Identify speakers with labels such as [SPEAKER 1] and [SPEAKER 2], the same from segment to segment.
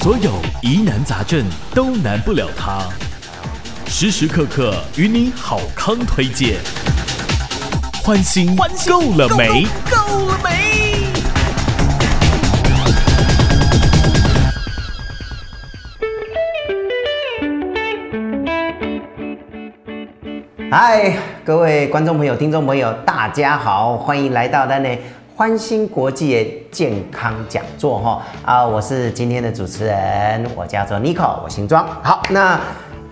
[SPEAKER 1] 所有疑难杂症都难不了他，时时刻刻与你好康推荐。欢欣，
[SPEAKER 2] 欢欣
[SPEAKER 1] 够了没？
[SPEAKER 2] 够了没？
[SPEAKER 3] 嗨，各位观众朋友、听众朋友，大家好，欢迎来到咱的欢欣国际的健康讲座哈啊，我是今天的主持人，我叫做 Nico，我姓庄。好，那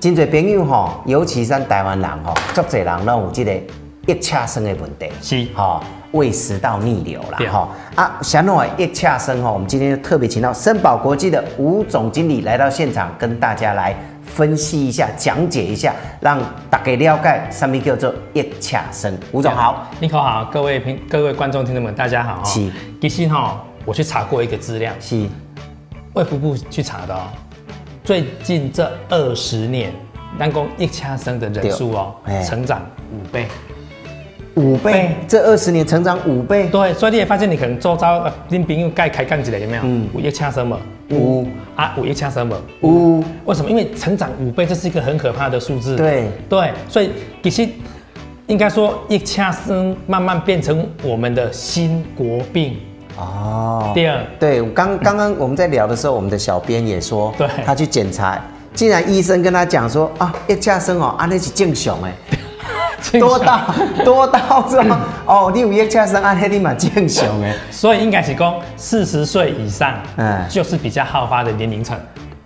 [SPEAKER 3] 真侪朋友吼，尤其咱台湾人吼，足侪人拢有这个腋下酸的问题，
[SPEAKER 4] 是
[SPEAKER 3] 吼、胃食道逆流啦
[SPEAKER 4] 对
[SPEAKER 3] 吼啊，想弄腋下酸吼，我们今天就特别请到森宝国际的吴总经理来到现场，跟大家来分析一下、讲解一下，让大家了解什么叫做腋下酸。吴总好，
[SPEAKER 4] 你好好，各位平各位观众听众们，大家好、哦。
[SPEAKER 3] 是，
[SPEAKER 4] 其实哈、我去查过一个资料，
[SPEAKER 3] 是
[SPEAKER 4] 卫福部去查的哦。最近这二十年，南宫一掐生的人数哦
[SPEAKER 3] 对哎，
[SPEAKER 4] 成长五倍。
[SPEAKER 3] 五倍
[SPEAKER 4] 倍，
[SPEAKER 3] 这二十年成长五倍，
[SPEAKER 4] 对，所以你也发现，你可能周遭呃，恁朋友该开杠起来有没有？
[SPEAKER 3] 嗯
[SPEAKER 4] 有一掐生嘛，
[SPEAKER 3] 五
[SPEAKER 4] 啊，有一掐生嘛。
[SPEAKER 3] 五
[SPEAKER 4] 为什么？因为成长五倍，这是一个很可怕的数字。
[SPEAKER 3] 对
[SPEAKER 4] 对，所以其实应该说，一掐生慢慢变成我们的新国病。
[SPEAKER 3] 哦。
[SPEAKER 4] 第二，
[SPEAKER 3] 对，我刚刚刚我们在聊的时候，我们的小编也说，
[SPEAKER 4] 对
[SPEAKER 3] 他去检查，竟然医生跟他讲说啊，腋下酸哦，啊那是正常哎，多到 多到说哦，你有腋下酸，啊那你嘛正常 哎，
[SPEAKER 4] 所以应该是讲四十岁以上，
[SPEAKER 3] 嗯
[SPEAKER 4] 嗯，就是比较好发的年龄层。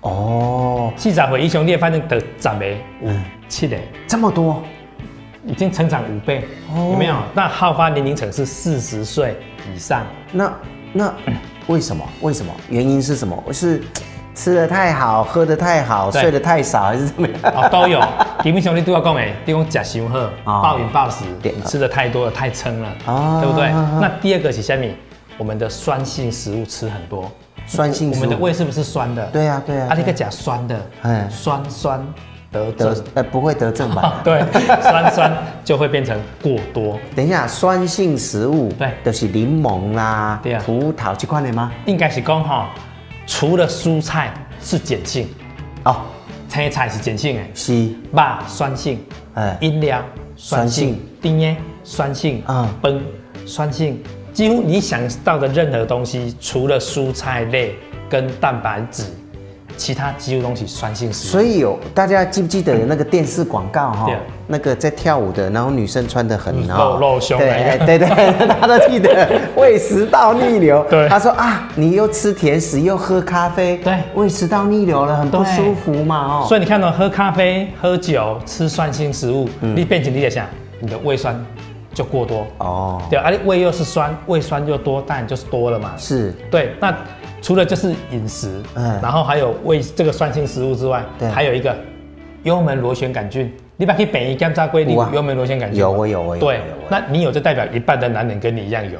[SPEAKER 3] 哦，
[SPEAKER 4] 七十回一兄弟，发现得长没
[SPEAKER 3] 嗯，
[SPEAKER 4] 七嘞，
[SPEAKER 3] 这么多
[SPEAKER 4] 已经成长五倍，
[SPEAKER 3] 哦
[SPEAKER 4] 有没有？那好发年龄层是四十岁以上，
[SPEAKER 3] 那那为什么？为什么？原因是什么？是吃的太好，喝的太好，
[SPEAKER 4] 对
[SPEAKER 3] 睡得太少，还是怎么 样？
[SPEAKER 4] 哦，都有。吉米兄弟都要讲诶，比如讲食伤好，
[SPEAKER 3] 哦
[SPEAKER 4] 暴饮暴食
[SPEAKER 3] 对，
[SPEAKER 4] 吃的太多了，太撑了，
[SPEAKER 3] 哦
[SPEAKER 4] 对不对
[SPEAKER 3] 哦哦？
[SPEAKER 4] 那第二个是下面，我们的酸性食物吃很多，
[SPEAKER 3] 酸性
[SPEAKER 4] 我
[SPEAKER 3] 食
[SPEAKER 4] 们的
[SPEAKER 3] 物
[SPEAKER 4] 胃。是不是酸的？
[SPEAKER 3] 对啊对啊
[SPEAKER 4] 啊，你
[SPEAKER 3] 对
[SPEAKER 4] 个讲酸的
[SPEAKER 3] 哎，
[SPEAKER 4] 酸酸得
[SPEAKER 3] 得
[SPEAKER 4] 症。
[SPEAKER 3] 呃不会得症 吧？
[SPEAKER 4] 啊对，酸酸就会变成过多，
[SPEAKER 3] 等一下，酸性食物
[SPEAKER 4] 对
[SPEAKER 3] 就是柠檬啦、
[SPEAKER 4] 对啊
[SPEAKER 3] 葡萄这款的吗？
[SPEAKER 4] 应该是讲哈，除了蔬菜是碱性，
[SPEAKER 3] 哦，
[SPEAKER 4] 青菜是碱性的，
[SPEAKER 3] 是，
[SPEAKER 4] 肉酸性，
[SPEAKER 3] 哎
[SPEAKER 4] 饮料酸
[SPEAKER 3] 酸
[SPEAKER 4] 性
[SPEAKER 3] 性，
[SPEAKER 4] 丁耶酸性，
[SPEAKER 3] 嗯
[SPEAKER 4] 啊，崩酸性，几乎你想到的任何东西，除了蔬菜类跟蛋白质，其他几乎东西酸性食物。
[SPEAKER 3] 所以有大家记不记得有那个电视广告哈、
[SPEAKER 4] 对啊
[SPEAKER 3] 那个在跳舞的，然后女生穿的很
[SPEAKER 4] 嗯
[SPEAKER 3] 哦
[SPEAKER 4] 露露胸
[SPEAKER 3] 对
[SPEAKER 4] 那个
[SPEAKER 3] 哎对对，大家都记得胃食道逆流。
[SPEAKER 4] 对
[SPEAKER 3] 他说啊，你又吃甜食又喝咖啡，
[SPEAKER 4] 对
[SPEAKER 3] 胃食道逆流了，很不
[SPEAKER 4] 对
[SPEAKER 3] 舒服嘛哦。
[SPEAKER 4] 所以你看到、喝咖啡、喝酒、吃酸性食物，
[SPEAKER 3] 嗯
[SPEAKER 4] 你变成你在想，你的胃酸就过多。
[SPEAKER 3] 哦，
[SPEAKER 4] 对，而、啊、你胃又是酸，胃酸又多，当然就是多了嘛。
[SPEAKER 3] 是
[SPEAKER 4] 对，那除了就是饮食，
[SPEAKER 3] 嗯
[SPEAKER 4] 嗯，然后还有胃这个酸性食物之外
[SPEAKER 3] 对，
[SPEAKER 4] 还有一个幽门螺旋杆菌。你把去北医检查过，你
[SPEAKER 3] 有啊
[SPEAKER 4] 有幽门螺旋杆菌吗
[SPEAKER 3] 有我有我有
[SPEAKER 4] 对
[SPEAKER 3] 我有我有，
[SPEAKER 4] 那你有就代表一半的男人跟你一样 有。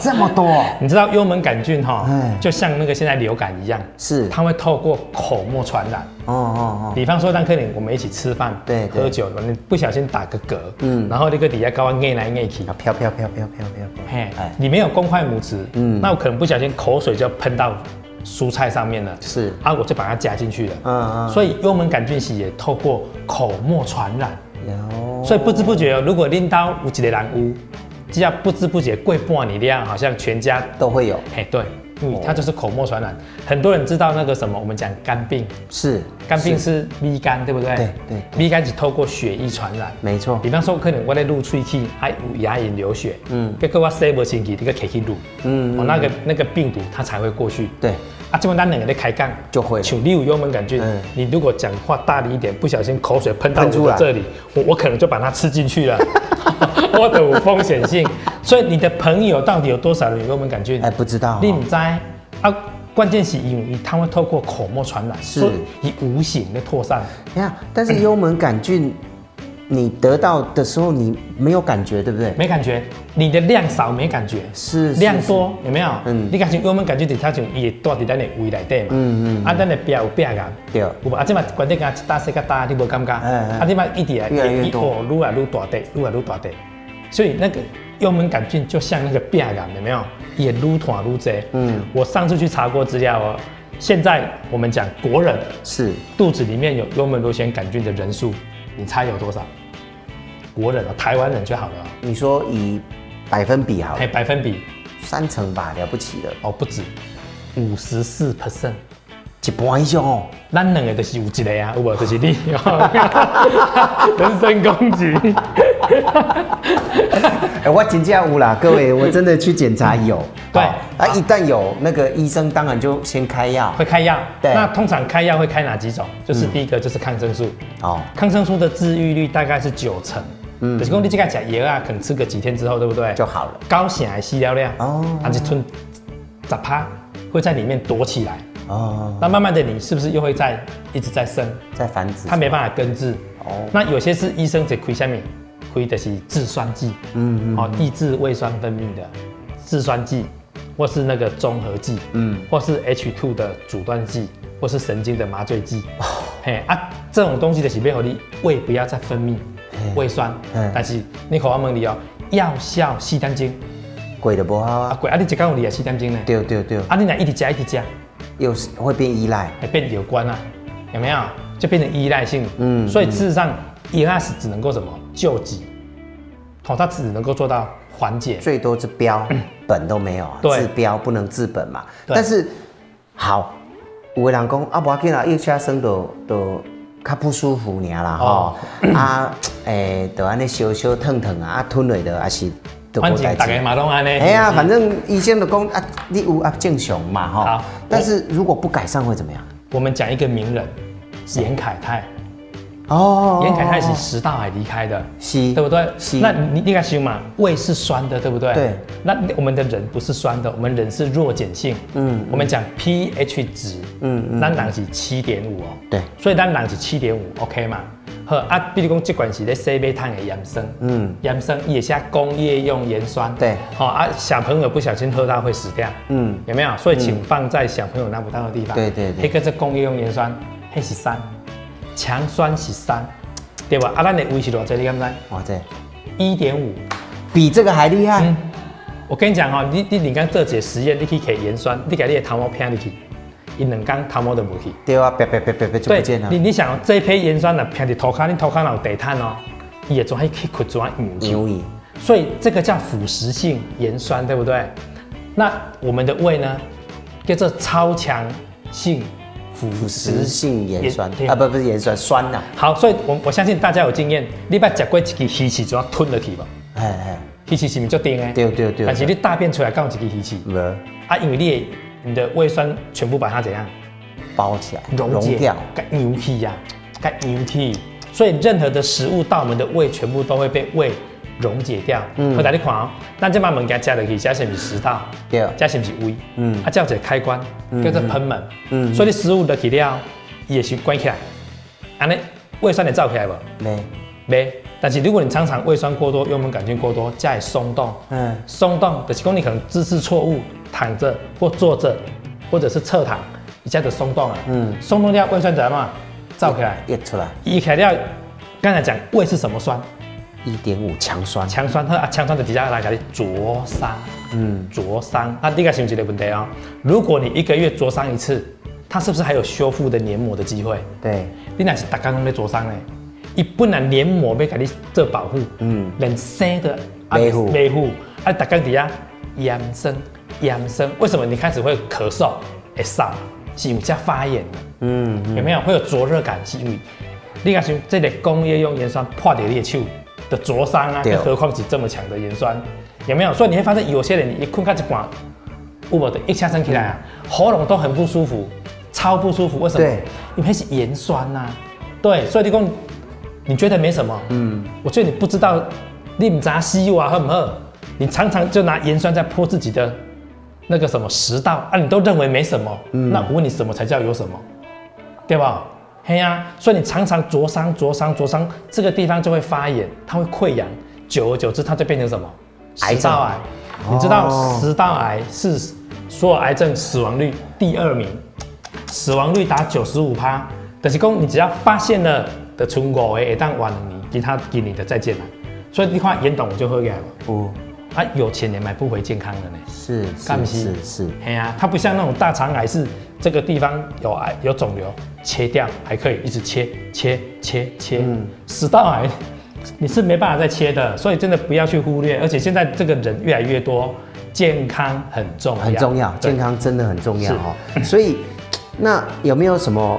[SPEAKER 3] 这么多哦
[SPEAKER 4] 你知道幽门杆菌哈
[SPEAKER 3] 哎，
[SPEAKER 4] 就像那个现在流感一样，
[SPEAKER 3] 是
[SPEAKER 4] 它会透过口沫传染。
[SPEAKER 3] 哦哦哦，
[SPEAKER 4] 比方说，当客人我们一起吃饭、
[SPEAKER 3] 对对
[SPEAKER 4] 喝酒，你不小心打个嗝，
[SPEAKER 3] 嗯
[SPEAKER 4] 嗯，然后那个底下高温咽来咽去
[SPEAKER 3] 啊，飘飘飘飘飘飘飘，
[SPEAKER 4] 嘿
[SPEAKER 3] 哎，
[SPEAKER 4] 里面有公筷母匙，
[SPEAKER 3] 嗯
[SPEAKER 4] 嗯，那我可能不小心口水就喷到蔬菜上面了，
[SPEAKER 3] 是
[SPEAKER 4] 啊，我就把它加进去了，
[SPEAKER 3] 嗯嗯
[SPEAKER 4] 所以幽门杆菌是也透过口沫传染，
[SPEAKER 3] 有，
[SPEAKER 4] 所以不知不觉哦，如果拎到有一个人屋，只要不知不觉过半年量，好像全家，
[SPEAKER 3] 都会有，
[SPEAKER 4] 嘿，对，嗯，
[SPEAKER 3] 哦
[SPEAKER 4] 它就是口沫传染，很多人知道那个什么，我们讲肝病，
[SPEAKER 3] 是
[SPEAKER 4] 肝病是 B 肝，对不对？
[SPEAKER 3] 对对
[SPEAKER 4] ，B 肝是透过血液传染，
[SPEAKER 3] 没错
[SPEAKER 4] 比，方说，可能我在入喙齿，还啊有牙龈流血，
[SPEAKER 3] 嗯
[SPEAKER 4] 嗯，结果我塞不进去，这个可以入，
[SPEAKER 3] 嗯
[SPEAKER 4] 嗯，哦，那个那个病毒它才会过去。
[SPEAKER 3] 对，
[SPEAKER 4] 啊，这么咱两个在开杠
[SPEAKER 3] 就会了
[SPEAKER 4] 像你有幽门杆菌
[SPEAKER 3] 嗯，
[SPEAKER 4] 你如果讲话大力一点，不小心口水喷到
[SPEAKER 3] 喷出
[SPEAKER 4] 我
[SPEAKER 3] 来
[SPEAKER 4] 的这里，我我可能就把它吃 进去了，我的有风险性。所以你的朋友到底有多少人有幽门杆菌？
[SPEAKER 3] 哎不知道哦
[SPEAKER 4] 你唔知啊。关键是因为它会透过口沫传染，
[SPEAKER 3] 是
[SPEAKER 4] 所以无形的扩散。
[SPEAKER 3] 你看，但是幽门杆菌，你得到的时候你没有感觉，对不对？
[SPEAKER 4] 没感觉，你的量少没感觉，
[SPEAKER 3] 是是
[SPEAKER 4] 量多有没有？
[SPEAKER 3] 嗯
[SPEAKER 4] 嗯，你感觉我们感觉底它就也多伫咱的胃内底嘛，
[SPEAKER 3] 嗯
[SPEAKER 4] 嗯
[SPEAKER 3] 嗯
[SPEAKER 4] 嗯，啊，咱的壁有壁感，
[SPEAKER 3] 对
[SPEAKER 4] 有无？啊，即嘛关键甲一大细甲大，你无感觉？
[SPEAKER 3] 哎哎
[SPEAKER 4] 啊，你嘛一直来
[SPEAKER 3] 越来越多
[SPEAKER 4] 哦，愈来愈大滴，愈来愈大滴，所以那个幽门杆啊菌就像那个壁感，有没有？也愈团愈多。
[SPEAKER 3] 嗯
[SPEAKER 4] 嗯，我上次去查过资料哦，现在我们讲国人
[SPEAKER 3] 是
[SPEAKER 4] 肚子里面有幽门螺旋杆菌的人数，你猜有多少？国人啊，台湾人就好了哦，
[SPEAKER 3] 你说以百分比好了
[SPEAKER 4] 哎，百分比
[SPEAKER 3] 三成吧，了不起了，
[SPEAKER 4] 哦不止五十四 percent。
[SPEAKER 3] 一半以上哦。
[SPEAKER 4] 咱两个就是有一个啊，有无？就是你， 哦人身攻击。
[SPEAKER 3] 哎、我请假无啦，各位，我真的去检查 有。
[SPEAKER 4] 对
[SPEAKER 3] 哦啊，一旦有那个医生，当然就先开药。
[SPEAKER 4] 会开药，
[SPEAKER 3] 对
[SPEAKER 4] 那通常开药会开哪几种？就是第一个就是抗生素，
[SPEAKER 3] 哦，
[SPEAKER 4] 抗生素的治愈率大概是九成，嗯，就是说你这个假药啊，可能吃个几天之后，对不对？
[SPEAKER 3] 就好了。
[SPEAKER 4] 高血癌吸疗量，
[SPEAKER 3] 哦
[SPEAKER 4] 哦，它就吞咋趴会在里面躲起来，
[SPEAKER 3] 哦，
[SPEAKER 4] 那慢慢的你是不是又会在一直在生？
[SPEAKER 3] 在繁殖。
[SPEAKER 4] 它没办法根治。
[SPEAKER 3] 哦
[SPEAKER 4] 哦，那有些是医生只开下面开的是制酸剂，嗯哦，抑制胃酸分泌的制酸剂，或是那个中和剂，嗯，或是 H2 的阻断剂，或是神经的麻醉剂。嘿啊，这种东西的是要让你胃不要再分泌胃酸
[SPEAKER 3] 嘿，
[SPEAKER 4] 但是你口我问你哦，药效四点钟，
[SPEAKER 3] 贵的不好
[SPEAKER 4] 啊
[SPEAKER 3] 啊。
[SPEAKER 4] 贵啊，你一天有二十四点钟呢？
[SPEAKER 3] 对对对，
[SPEAKER 4] 啊，你若一直吃一直吃，
[SPEAKER 3] 又是会变依赖。
[SPEAKER 4] 还变有关啊，有没有？就变成依赖性。嗯，所以事实上，依赖是只能够什么救急，哦，它只能够做到缓解。
[SPEAKER 3] 最多治标，本都没有啊，
[SPEAKER 4] 嗯对
[SPEAKER 3] 治标不能治本嘛。
[SPEAKER 4] 对
[SPEAKER 3] 但是好，有的人讲啊，无要紧啦，一下生都都较不舒服尔啦吼、
[SPEAKER 4] 哦
[SPEAKER 3] 啊， 诶、就安尼烧烧烫烫啊，啊吞落的也是都
[SPEAKER 4] 反正大家马东安呢？
[SPEAKER 3] 哎呀，
[SPEAKER 4] 是不
[SPEAKER 3] 反
[SPEAKER 4] 是
[SPEAKER 3] 正医生的讲啊，你有啊正常嘛吼
[SPEAKER 4] 好。
[SPEAKER 3] 但是如果不改善会怎么样？
[SPEAKER 4] 我们讲一个名人，严凯泰，
[SPEAKER 3] 哦
[SPEAKER 4] 严凯泰是食道癌离开的，
[SPEAKER 3] 是
[SPEAKER 4] 对不对？
[SPEAKER 3] 是
[SPEAKER 4] 那你你敢想嘛？胃是酸的，对不对？
[SPEAKER 3] 对。
[SPEAKER 4] 那我们的人不是酸的，我们人是弱碱性。嗯。我们讲 pH 值，嗯嗯，那人是七点五哦。
[SPEAKER 3] 对
[SPEAKER 4] 所以咱人是七点五，OK 嘛？好啊，比如讲这款是咧西贝碳的盐酸，嗯，盐酸也写工业用盐酸，
[SPEAKER 3] 对
[SPEAKER 4] 好、啊，小朋友不小心喝到会死掉，
[SPEAKER 3] 嗯
[SPEAKER 4] 嗯，有没有？所以请放在小朋友拿不到的地方，
[SPEAKER 3] 对对对
[SPEAKER 4] 那个这工业用盐酸，那是三，强酸是三，对吧？啊，咱的维是多少？你敢不知？
[SPEAKER 3] 哇这
[SPEAKER 4] 一点五。
[SPEAKER 3] 比这个还厉害、
[SPEAKER 4] 嗯我跟你讲哦，你你你刚做这实验，你去给盐酸，你给你的头毛偏入去，伊两天头毛都无去。
[SPEAKER 3] 对啊，别别别别别就不
[SPEAKER 4] 对
[SPEAKER 3] 见，了
[SPEAKER 4] 你。你想、哦，这一批盐酸呢，偏伫涂骹，你涂骹若有地毯哦，伊会专去去转牛去，
[SPEAKER 3] 牛饮
[SPEAKER 4] 所以这个叫腐蚀性盐酸，对不对？那我们的胃呢，叫做超强性腐
[SPEAKER 3] 腐蚀性盐酸
[SPEAKER 4] 对
[SPEAKER 3] 啊，不不是盐酸酸呐、
[SPEAKER 4] 好，所以我我相信大家有经验，你捌食过一支鱼翅，怎样吞落去无？
[SPEAKER 3] 哎哎，
[SPEAKER 4] 鱼翅是毋是足定的？
[SPEAKER 3] 对对嗯对
[SPEAKER 4] 但是你大便出来，敢有一支鱼翅？
[SPEAKER 3] 没
[SPEAKER 4] 啊，因为你的你的胃酸全部把它怎样？
[SPEAKER 3] 包起来，
[SPEAKER 4] 溶解
[SPEAKER 3] 掉。，
[SPEAKER 4] 该牛体呀，该牛体。所以任何的食物到我们的胃，全部都会被胃溶解掉。嗯，好，大家看哦，咱这把物件加落去，加是不是食道？
[SPEAKER 3] 对
[SPEAKER 4] 加是不是胃？
[SPEAKER 3] 嗯
[SPEAKER 4] 嗯，啊，这有一个开关，叫做喷门。嗯，所以你食物落去了，伊也是关起来，安尼胃酸会造起来无？
[SPEAKER 3] 没，
[SPEAKER 4] 没。但是如果你常常胃酸过多、幽门杆菌过多，加会松动。
[SPEAKER 3] 嗯，
[SPEAKER 4] 松动就是讲你可能姿势错误，躺着或坐着，或者是侧躺，一下子松动了。嗯，松动掉胃酸怎么样？造起来，
[SPEAKER 3] 溢出来
[SPEAKER 4] 一开掉。刚才讲胃是什么酸？
[SPEAKER 3] 一点五强酸，
[SPEAKER 4] 强酸，它啊强酸的底下来给你灼伤，嗯，灼伤。那这个是不是一个问题哦？如果你一个月灼伤一次，它是不是还有修复的黏膜的机会？
[SPEAKER 3] 对，
[SPEAKER 4] 你若是逐工拢在灼伤咧，伊本来黏膜要甲你做保护，嗯，连生的
[SPEAKER 3] 维护
[SPEAKER 4] 维护，啊，逐工伫遐养生养生，为什么你开始会咳嗽、会嗽，是因为这发炎的，嗯，有没有会有灼热感？是因为你敢想，这个工业用盐酸破掉你的手的灼伤啊，
[SPEAKER 3] 对
[SPEAKER 4] 更何况是这么强的盐酸，有没有？所以你会发现有些人一困到一半，有无的一下身起来啊，喉咙都很不舒服，超不舒服。为什么
[SPEAKER 3] 对？
[SPEAKER 4] 因为是盐酸呐、对，所以你讲，你觉得没什么，嗯，我觉得你不知道，你唔炸西柚啊，喝唔喝？你常常就拿盐酸在泼自己的那个什么食道啊，你都认为没什么，
[SPEAKER 3] 嗯
[SPEAKER 4] 那我问你什么才叫有什么，对吧？嘿呀、所以你常常灼伤、灼伤、灼伤，这个地方就会发炎，它会溃痒，久而久之，它就变成什么？
[SPEAKER 3] 癌症
[SPEAKER 4] 食道癌。你知
[SPEAKER 3] 哦
[SPEAKER 4] 道食道癌是所有癌症死亡率第二名，死亡率达九十五趴。但是讲你只要发现了的存五个，会当晚你其他今年的再见了。所以你看严董我就喝给了，
[SPEAKER 3] 五
[SPEAKER 4] 啊，有钱也买不回健康的呢。
[SPEAKER 3] 是
[SPEAKER 4] 干不
[SPEAKER 3] 是
[SPEAKER 4] 起
[SPEAKER 3] 是是，
[SPEAKER 4] 哎呀、它不像那种大肠癌是这个地方有癌有肿瘤，切掉还可以一直切切切切，
[SPEAKER 3] 嗯
[SPEAKER 4] 食道癌你是没办法再切的，所以真的不要去忽略。而且现在这个人越来越多，健康很重要，
[SPEAKER 3] 很重要，
[SPEAKER 4] 对
[SPEAKER 3] 健康真的很重要哦。所以，那有没有什么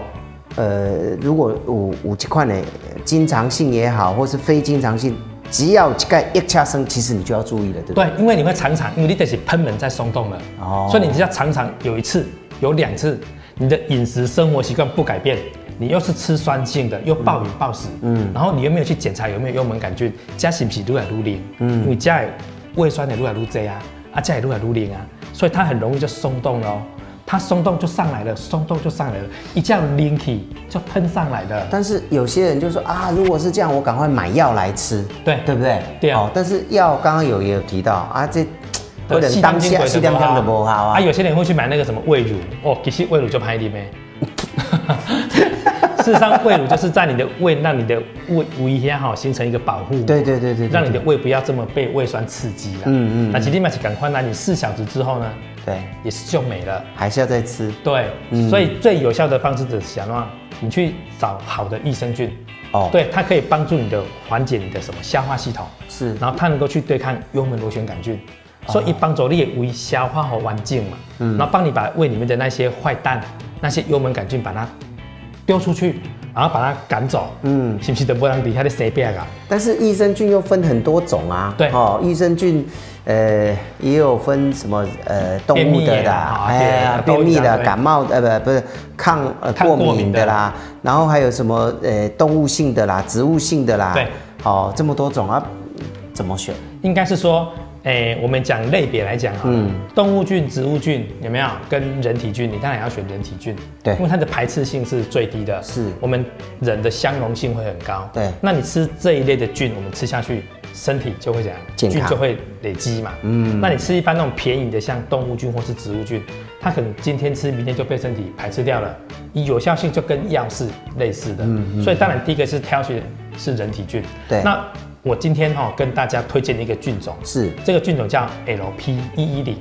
[SPEAKER 3] 呃，如果有有这款的呃经常性也好，或是非经常性，只要这个一掐生，其实你就要注意了，对不对？
[SPEAKER 4] 对，因为你会常常，因为你得是喷门在松动了，
[SPEAKER 3] 哦
[SPEAKER 4] 所以你只要常常有一次、有两次，你的饮食生活习惯不改变，你又是吃酸性的，又暴饮暴食，嗯，然后你又没有去检查有没有幽门杆菌，加是不是愈来愈零？嗯，因为加胃酸也愈来愈多啊，啊加也愈来愈零啊，所以它很容易就松动了哦，它松动就上来了，松动就上来了，一叫 linky 就喷上来了。
[SPEAKER 3] 但是有些人就说啊，如果是这样，我赶快买药来吃，
[SPEAKER 4] 对
[SPEAKER 3] 对不对？哦
[SPEAKER 4] 对啊
[SPEAKER 3] 但是药刚刚有也有提到啊，这有
[SPEAKER 4] 对
[SPEAKER 3] 点当下
[SPEAKER 4] 细
[SPEAKER 3] 适
[SPEAKER 4] 当
[SPEAKER 3] 当当的不好啊
[SPEAKER 4] 啊，。有些人会去买那个什么胃乳，哦，其实胃乳就拍 你呗。事实上，胃乳就是在你的胃，让你的胃无一下哈形成一个保护，
[SPEAKER 3] 对对对对对
[SPEAKER 4] 让你的胃不要这么被胃酸刺激了。
[SPEAKER 3] 嗯嗯
[SPEAKER 4] 嗯
[SPEAKER 3] 嗯
[SPEAKER 4] 嗯。那其实立马是赶快拿，你四小时之后呢，
[SPEAKER 3] 对，
[SPEAKER 4] 也是就没了。
[SPEAKER 3] 还是要再吃
[SPEAKER 4] 对，
[SPEAKER 3] 嗯
[SPEAKER 4] 所以最有效的方式就是想让你去找好的益生菌，
[SPEAKER 3] 哦。，
[SPEAKER 4] 对，它可以帮助你的缓解你的什么消化系统，
[SPEAKER 3] 是哦
[SPEAKER 4] 然后它能够去对抗幽门螺旋杆菌，所以帮助你的胃消化和环境嘛，
[SPEAKER 3] 嗯
[SPEAKER 4] 然后帮你把胃里面的那些坏蛋、那些幽门杆菌把它丢出去，然后把它赶走，嗯，是不是？等不让底下的生病啊？
[SPEAKER 3] 但是益生菌又分很多种啊，
[SPEAKER 4] 对
[SPEAKER 3] 哦，益生菌，呃，也有分什么呃动
[SPEAKER 4] 便
[SPEAKER 3] 物
[SPEAKER 4] 秘
[SPEAKER 3] 的
[SPEAKER 4] 也
[SPEAKER 3] 啦哎
[SPEAKER 4] 好，啊
[SPEAKER 3] 呀
[SPEAKER 4] 对
[SPEAKER 3] 便秘
[SPEAKER 4] 都一大
[SPEAKER 3] 的、
[SPEAKER 4] 堆
[SPEAKER 3] 感冒的呃不不是抗呃
[SPEAKER 4] 抗
[SPEAKER 3] 过
[SPEAKER 4] 过
[SPEAKER 3] 敏
[SPEAKER 4] 敏
[SPEAKER 3] 的
[SPEAKER 4] 的
[SPEAKER 3] 啦，然后还有什么呃动物性的啦、植物性的啦，
[SPEAKER 4] 对，
[SPEAKER 3] 哦这么多种啊，怎么选？
[SPEAKER 4] 应该是说，诶、我们讲类别来讲啊，嗯，动物菌、植物菌有没有跟人体菌？你当然要选人体菌，
[SPEAKER 3] 对
[SPEAKER 4] 因为它的排斥性是最低的，
[SPEAKER 3] 是
[SPEAKER 4] 我们人的相容性会很高，
[SPEAKER 3] 对
[SPEAKER 4] 那你吃这一类的菌，我们吃下去，身体就会怎样？
[SPEAKER 3] 健康
[SPEAKER 4] 菌就会累积嘛，嗯，那你吃一般那种便宜的，像动物菌或是植物菌，它可能今天吃，明天就被身体排斥掉了，有效性就跟药是类似的，所以当然第一个是挑选是人体菌，
[SPEAKER 3] 嗯对
[SPEAKER 4] 那我今天哈、跟大家推荐一个菌种，
[SPEAKER 3] 是
[SPEAKER 4] 这个菌种叫 LP 一一零，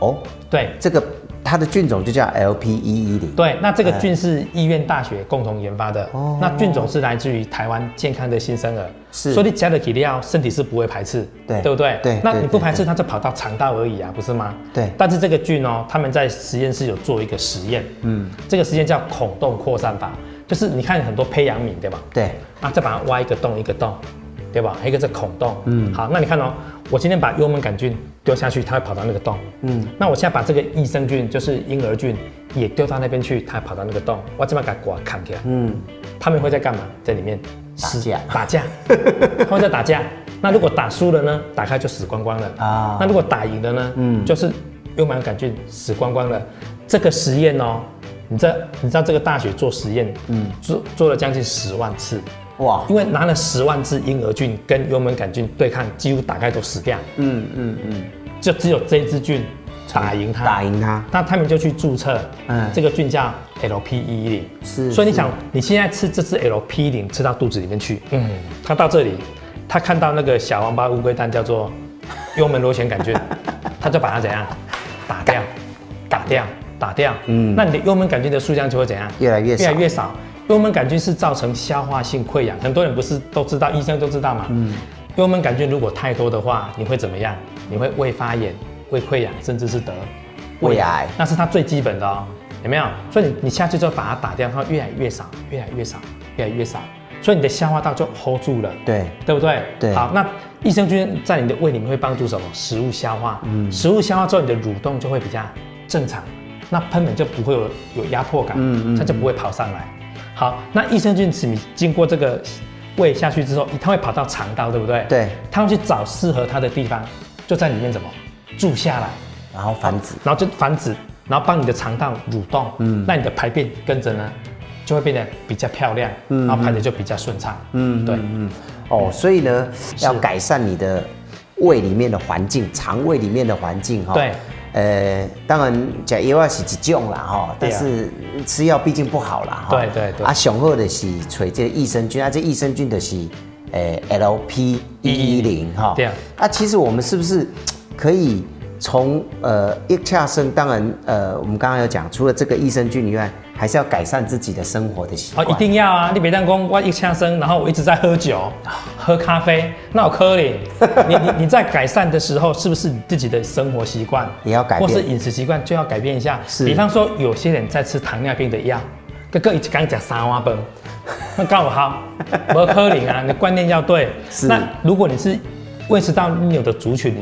[SPEAKER 3] 哦，
[SPEAKER 4] 对
[SPEAKER 3] 这个它的菌种就叫 LP 一一零，
[SPEAKER 4] 对，那这个菌是医院大学共同研发的，
[SPEAKER 3] 哦
[SPEAKER 4] 那菌种是来自于台湾健康的新生儿，
[SPEAKER 3] 是
[SPEAKER 4] 所以你加了体料，身体是不会排斥，
[SPEAKER 3] 对
[SPEAKER 4] 对不对？
[SPEAKER 3] 对
[SPEAKER 4] 那
[SPEAKER 3] 对
[SPEAKER 4] 你不
[SPEAKER 3] 对
[SPEAKER 4] 排斥，
[SPEAKER 3] 对
[SPEAKER 4] 它就跑到肠道而已啊，不是吗？
[SPEAKER 3] 对
[SPEAKER 4] 但是这个菌哦，他们在实验室有做一个实验，嗯，这个实验叫孔洞扩散法，就是你看很多胚芽皿对吧？
[SPEAKER 3] 对，
[SPEAKER 4] 啊，再把它挖一个洞一个洞，对吧？还有一个是孔洞。嗯，好，那你看哦，我今天把幽门杆菌丢下去，它会跑到那个洞。嗯，那我现在把这个益生菌，就是婴儿菌，也丢到那边去，它跑到那个洞，我这边给它刮砍起来。嗯，他们会在干嘛？在里面死
[SPEAKER 3] 架
[SPEAKER 4] 打 架，他们在打架。那如果打输了呢？打开就死光光了
[SPEAKER 3] 啊
[SPEAKER 4] 啊。那如果打赢了呢？嗯，就是幽门杆菌死光光了。这个实验哦，你这你知道这个大学做实验，嗯，做做了将近十万次，
[SPEAKER 3] 哇，
[SPEAKER 4] 因为拿了十万只婴儿菌跟幽门杆菌对抗，几乎打开都死掉，
[SPEAKER 3] 嗯嗯嗯，
[SPEAKER 4] 就只有这一只菌打赢它。
[SPEAKER 3] 打赢它
[SPEAKER 4] 那他们就去注册，
[SPEAKER 3] 嗯
[SPEAKER 4] 嗯，这个菌叫 LP 一零，
[SPEAKER 3] 是
[SPEAKER 4] 所以你
[SPEAKER 3] 是
[SPEAKER 4] 想，你现在吃这只 LP E 零吃到肚子里面去，嗯，它到这里，它看到那个小王八乌龟蛋叫做幽门螺旋杆 菌，它就把它怎样打掉，打掉，打掉，嗯，那你的幽门杆菌的数量就会怎样？
[SPEAKER 3] 越来越少
[SPEAKER 4] 越来越少。幽门杆菌是造成消化性溃疡，很多人不是都知道，医生都知道嘛。嗯，幽门杆菌如果太多的话，你会怎么样？你会胃发炎、胃溃疡，甚至是得
[SPEAKER 3] 胃癌
[SPEAKER 4] 那是它最基本的哦，有没有？所以你你下去之后把它打掉，它越来越少，越来越少，越来越少，所以你的消化道就 hold 住了，
[SPEAKER 3] 对，
[SPEAKER 4] 对不对？
[SPEAKER 3] 对
[SPEAKER 4] 好，那益生菌在你的胃里面会帮助什么？食物消化，嗯，食物消化之后，你的蠕动就会比较正常，那喷门就不会有有压迫感，嗯它就不会跑上来。好，那益生菌你经过这个胃下去之后，它会跑到肠道，对不对？
[SPEAKER 3] 对
[SPEAKER 4] 它会去找适合它的地方，就在里面怎么住下来。
[SPEAKER 3] 然后繁殖，
[SPEAKER 4] 然后就繁殖，然后帮你的肠道蠕动，嗯，那你的排便跟着呢，就会变得比较漂亮，嗯，然后排的就比较顺畅，嗯，对，嗯，
[SPEAKER 3] 哦，所以呢，要改善你的胃里面的环境，肠胃里面的环境哈。
[SPEAKER 4] 对。
[SPEAKER 3] 呃，当然，吃药啊是一种啦哈，
[SPEAKER 4] 对
[SPEAKER 3] 但
[SPEAKER 4] 啊
[SPEAKER 3] 是吃药毕竟不好啦哈。
[SPEAKER 4] 对对对
[SPEAKER 3] 啊，雄厚的是找这个益生菌啊，这益生菌的是诶 LP 一一零哈。
[SPEAKER 4] 对啊
[SPEAKER 3] 啊，其实我们是不是可以从呃叶恰生？当然，呃，我们刚刚有讲，除了这个益生菌以外，还是要改善自己的生活的习
[SPEAKER 4] 哦，
[SPEAKER 3] 惯。
[SPEAKER 4] 一定要啊！你别当工，我一枪声，然后我一直在 喝酒、喝咖啡，那我可怜。 你你你在改善的时候，是不是你自己的生活习惯
[SPEAKER 3] 也要改
[SPEAKER 4] 或
[SPEAKER 3] 变
[SPEAKER 4] 是饮食习惯就要改变一下？
[SPEAKER 3] 是
[SPEAKER 4] 比方说，有些人在吃糖尿病的药，哥哥一刚讲三碗崩，那刚好 我可怜啊！你观念要对。
[SPEAKER 3] 是
[SPEAKER 4] 那如果你是胃食道逆流的族群，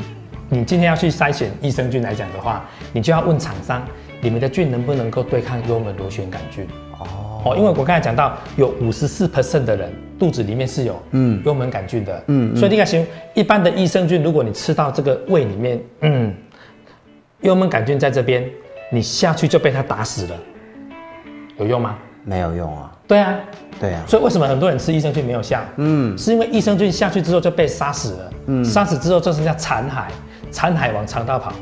[SPEAKER 4] 你今天要去筛选益生菌来讲的话，你就要问厂商，你们的菌能不能够对抗幽门螺旋杆菌？哦，因为我刚才讲到有五十四 percent 的人肚子里面是有嗯幽门杆菌的，嗯，所以你看，行，一般的益生菌，如果你吃到这个胃里面，嗯，幽门杆菌在这边，你下去就被它打死了，有用吗？
[SPEAKER 3] 没有用啊，
[SPEAKER 4] 对啊，
[SPEAKER 3] 对啊，
[SPEAKER 4] 所以为什么很多人吃益生菌没有效？嗯，是因为益生菌下去之后就被杀死了，嗯，杀死之后就剩下残骸，残骸往肠道跑，
[SPEAKER 3] 哦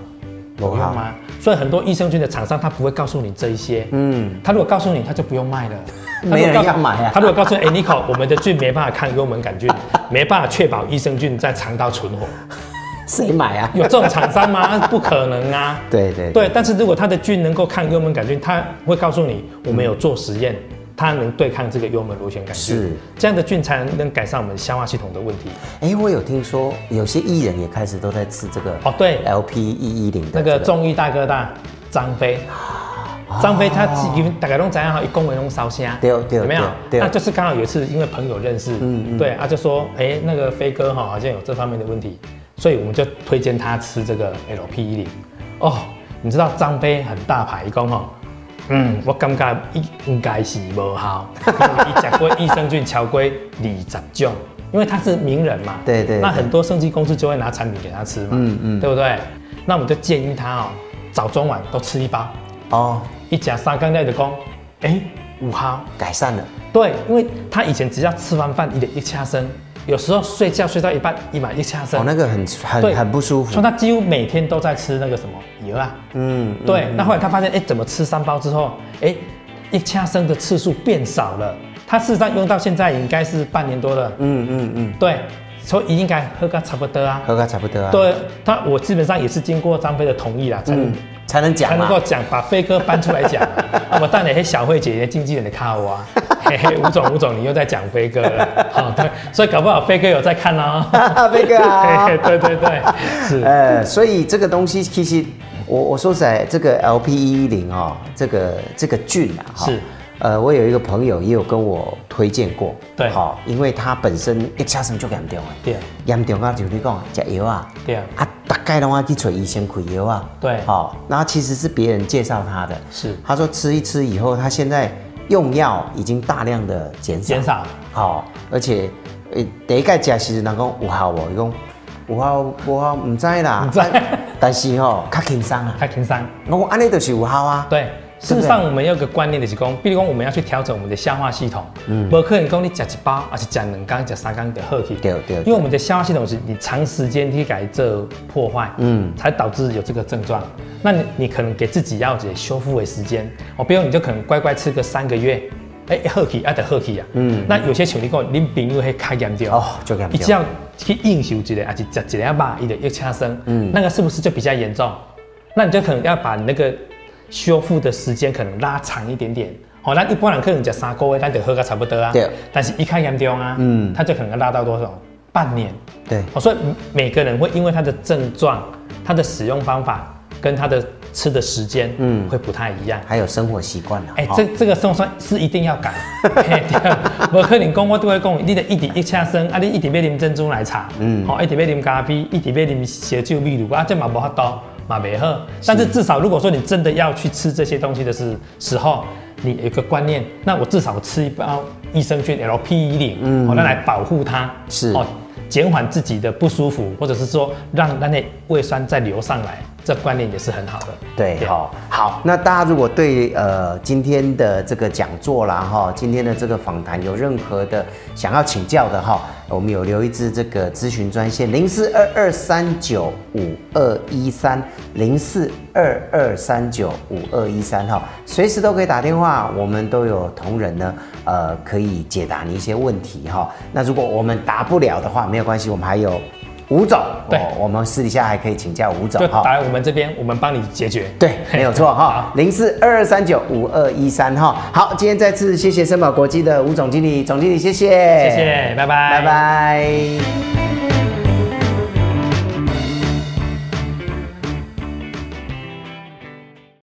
[SPEAKER 4] 有用吗？所以很多益生菌的厂商他不会告诉你这一些，
[SPEAKER 3] 嗯，
[SPEAKER 4] 他如果告诉你，他就不用卖了。
[SPEAKER 3] 没人要买啊
[SPEAKER 4] 他如果告诉你，哎、n i c o 我们的菌没办法抗幽门杆菌，没办法确保益生菌在肠道存活，
[SPEAKER 3] 谁买啊？
[SPEAKER 4] 有这种厂商吗？ 不可能啊。
[SPEAKER 3] 对对
[SPEAKER 4] 对，但是如果它的菌能够抗幽门杆菌，它会告诉你，我们有做实验，它能对抗这个幽门螺旋杆菌。
[SPEAKER 3] 是
[SPEAKER 4] 这样的菌才能改善我们消化系统的问题。
[SPEAKER 3] 哎、我有听说有些艺人也开始都在吃这个
[SPEAKER 4] 哦，对，
[SPEAKER 3] LP 一一零的、
[SPEAKER 4] 那个综艺大哥大张飞，张飞他自己大概拢知影哈，一公文用烧虾，
[SPEAKER 3] 哦对哦对哦
[SPEAKER 4] 有没有
[SPEAKER 3] 对哦对？哦嗯
[SPEAKER 4] 那就是刚好有一次因为朋友认识，对，啊就说，哎、那个飞哥哈好像有这方面的问题，所以我们就推荐他吃这个 LP 一零。哦，你知道张飞很大牌，一共哈。嗯，我感觉应应该是无 效，因为伊食过益生菌超过二十种，因为他是名人嘛，
[SPEAKER 3] 对对
[SPEAKER 4] 那
[SPEAKER 3] 对
[SPEAKER 4] 很多生技公司就会拿产品给他吃嘛，嗯嗯，对不对？那我们就建议他哦，早中晚都吃一包，
[SPEAKER 3] 哦，
[SPEAKER 4] 一加三缸内的公，哎，五毫，
[SPEAKER 3] 改善了，
[SPEAKER 4] 对，因为他以前只要吃完饭，一点一掐身，有时候睡觉睡到一半，一买一掐身，
[SPEAKER 3] 哦，那个很
[SPEAKER 4] 对
[SPEAKER 3] 很很不舒
[SPEAKER 4] 所
[SPEAKER 3] 服
[SPEAKER 4] 以，他几乎每天都在吃那个什么油啊，
[SPEAKER 3] 嗯，
[SPEAKER 4] 对，那后来他发现，哎、怎么吃三包之后，哎、一掐生的次数变少了。他事实上用到现在应该是半年多了，
[SPEAKER 3] 嗯嗯嗯，
[SPEAKER 4] 对，所以应该喝个差不多啊。
[SPEAKER 3] 喝个差不多啊，，
[SPEAKER 4] 对他，我基本上也是经过张飞的同意啦，才能、
[SPEAKER 3] 嗯，才能
[SPEAKER 4] 才
[SPEAKER 3] 讲
[SPEAKER 4] 能
[SPEAKER 3] 嘛
[SPEAKER 4] 够，讲把飞哥搬出来 讲啊。啊我当然也小慧姐姐经纪人的卡我啊，嘿嘿，吴总吴总，你又在讲飞哥了，好、对，所以搞不好飞哥有在看哦。
[SPEAKER 3] 飞哥啊
[SPEAKER 4] 嘿嘿， 对对对，是。
[SPEAKER 3] 呃，所以这个东西其实我我说实在，这个 LP 一一零哦，这个这个菌啊，哈
[SPEAKER 4] 是。
[SPEAKER 3] 呃，我有一个朋友也有跟我推荐过，
[SPEAKER 4] 对
[SPEAKER 3] 好，因为他本身一下生就严重啊，
[SPEAKER 4] 对
[SPEAKER 3] 严重啊，就是你讲吃药啊，
[SPEAKER 4] 对啊
[SPEAKER 3] 啊，大概拢要去找医生开药啊，
[SPEAKER 4] 对
[SPEAKER 3] 好、那其实是别人介绍他的，
[SPEAKER 4] 是
[SPEAKER 3] 他说吃一吃以后，他现在用药已经大量的减少，
[SPEAKER 4] 减少
[SPEAKER 3] 好、而且呃第一届吃时阵人讲有效无，伊讲有效无效，唔知啦，
[SPEAKER 4] 不知
[SPEAKER 3] 啊但是吼、较轻松 啊，
[SPEAKER 4] 开情商。
[SPEAKER 3] 我讲安尼就是有效啊，
[SPEAKER 4] 对，事实上我们有一个观念的是讲，比如讲我们要去调整我们的消化系统，嗯，不可能讲你吃一包，还是吃两缸、吃三缸就好去。
[SPEAKER 3] 对对对
[SPEAKER 4] 因为我们的消化系统是你长时间去改这破坏，嗯
[SPEAKER 3] 嗯，
[SPEAKER 4] 才导致有这个症状。那你你可能给自己要有修复的时间哦，比如你就可能乖乖吃个三个月。哎，好去啊，得好去啊。嗯，那有些像你讲，恁朋友迄较严重
[SPEAKER 3] 哦很严重
[SPEAKER 4] 伊只要去应酬一个，还是吃一个肉，伊就又呛生。嗯，那个是不是就比较严重？那你就可能要把你那个修复的时间可能拉长一点点。哦，那一般人可能吃三个月，咱就喝个差不多啊。
[SPEAKER 3] 对
[SPEAKER 4] 但是一较严重啊，嗯，他就可能要拉到多少？半年。
[SPEAKER 3] 对
[SPEAKER 4] 哦，所以每个人会因为他的症状、他的使用方法跟他的吃的时间，嗯，会不太一样。
[SPEAKER 3] 还有生活习惯啊，
[SPEAKER 4] 哎、
[SPEAKER 3] 哦
[SPEAKER 4] 这这个送算是一定要改，嘿对，啊无可能讲我都会讲，你得一直一车身，啊，你一直要啉珍珠奶茶，嗯，哦，一直要啉咖啡，一直要啉烧酒秘鲁，啊，这嘛无法度，嘛袂好。但是至少如果说你真的要去吃这些东西的时时候，你有一个观念，那我至少吃一包益生菌 LP 一零，嗯，哦，那来保护它，
[SPEAKER 3] 是
[SPEAKER 4] 哦，减缓自己的不舒服，或者是说让那那胃酸再流上来，这观念也是很好的。
[SPEAKER 3] 对，
[SPEAKER 4] 对啊
[SPEAKER 3] 好，好。那大家如果对呃今天的这个讲座啦哈，今天的这个访谈有任何的想要请教的哈，我们有留一支这个咨询专线零四二二三九五二一三零四二二三九五二一三哈，随时都可以打电话，我们都有同仁呢，呃，可以解答你一些问题哈、那如果我们答不了的话，没有关系，我们还有吴总，
[SPEAKER 4] 对
[SPEAKER 3] 我们私底下还可以请教吴总
[SPEAKER 4] 就打来我们这边，我们帮你解决。
[SPEAKER 3] 对，没有错哈
[SPEAKER 4] 好，
[SPEAKER 3] 零四二二三九五二一三哈。好，今天再次谢谢森宝国际的吴总经理，总经理谢谢，
[SPEAKER 4] 谢谢，拜拜，
[SPEAKER 3] 拜拜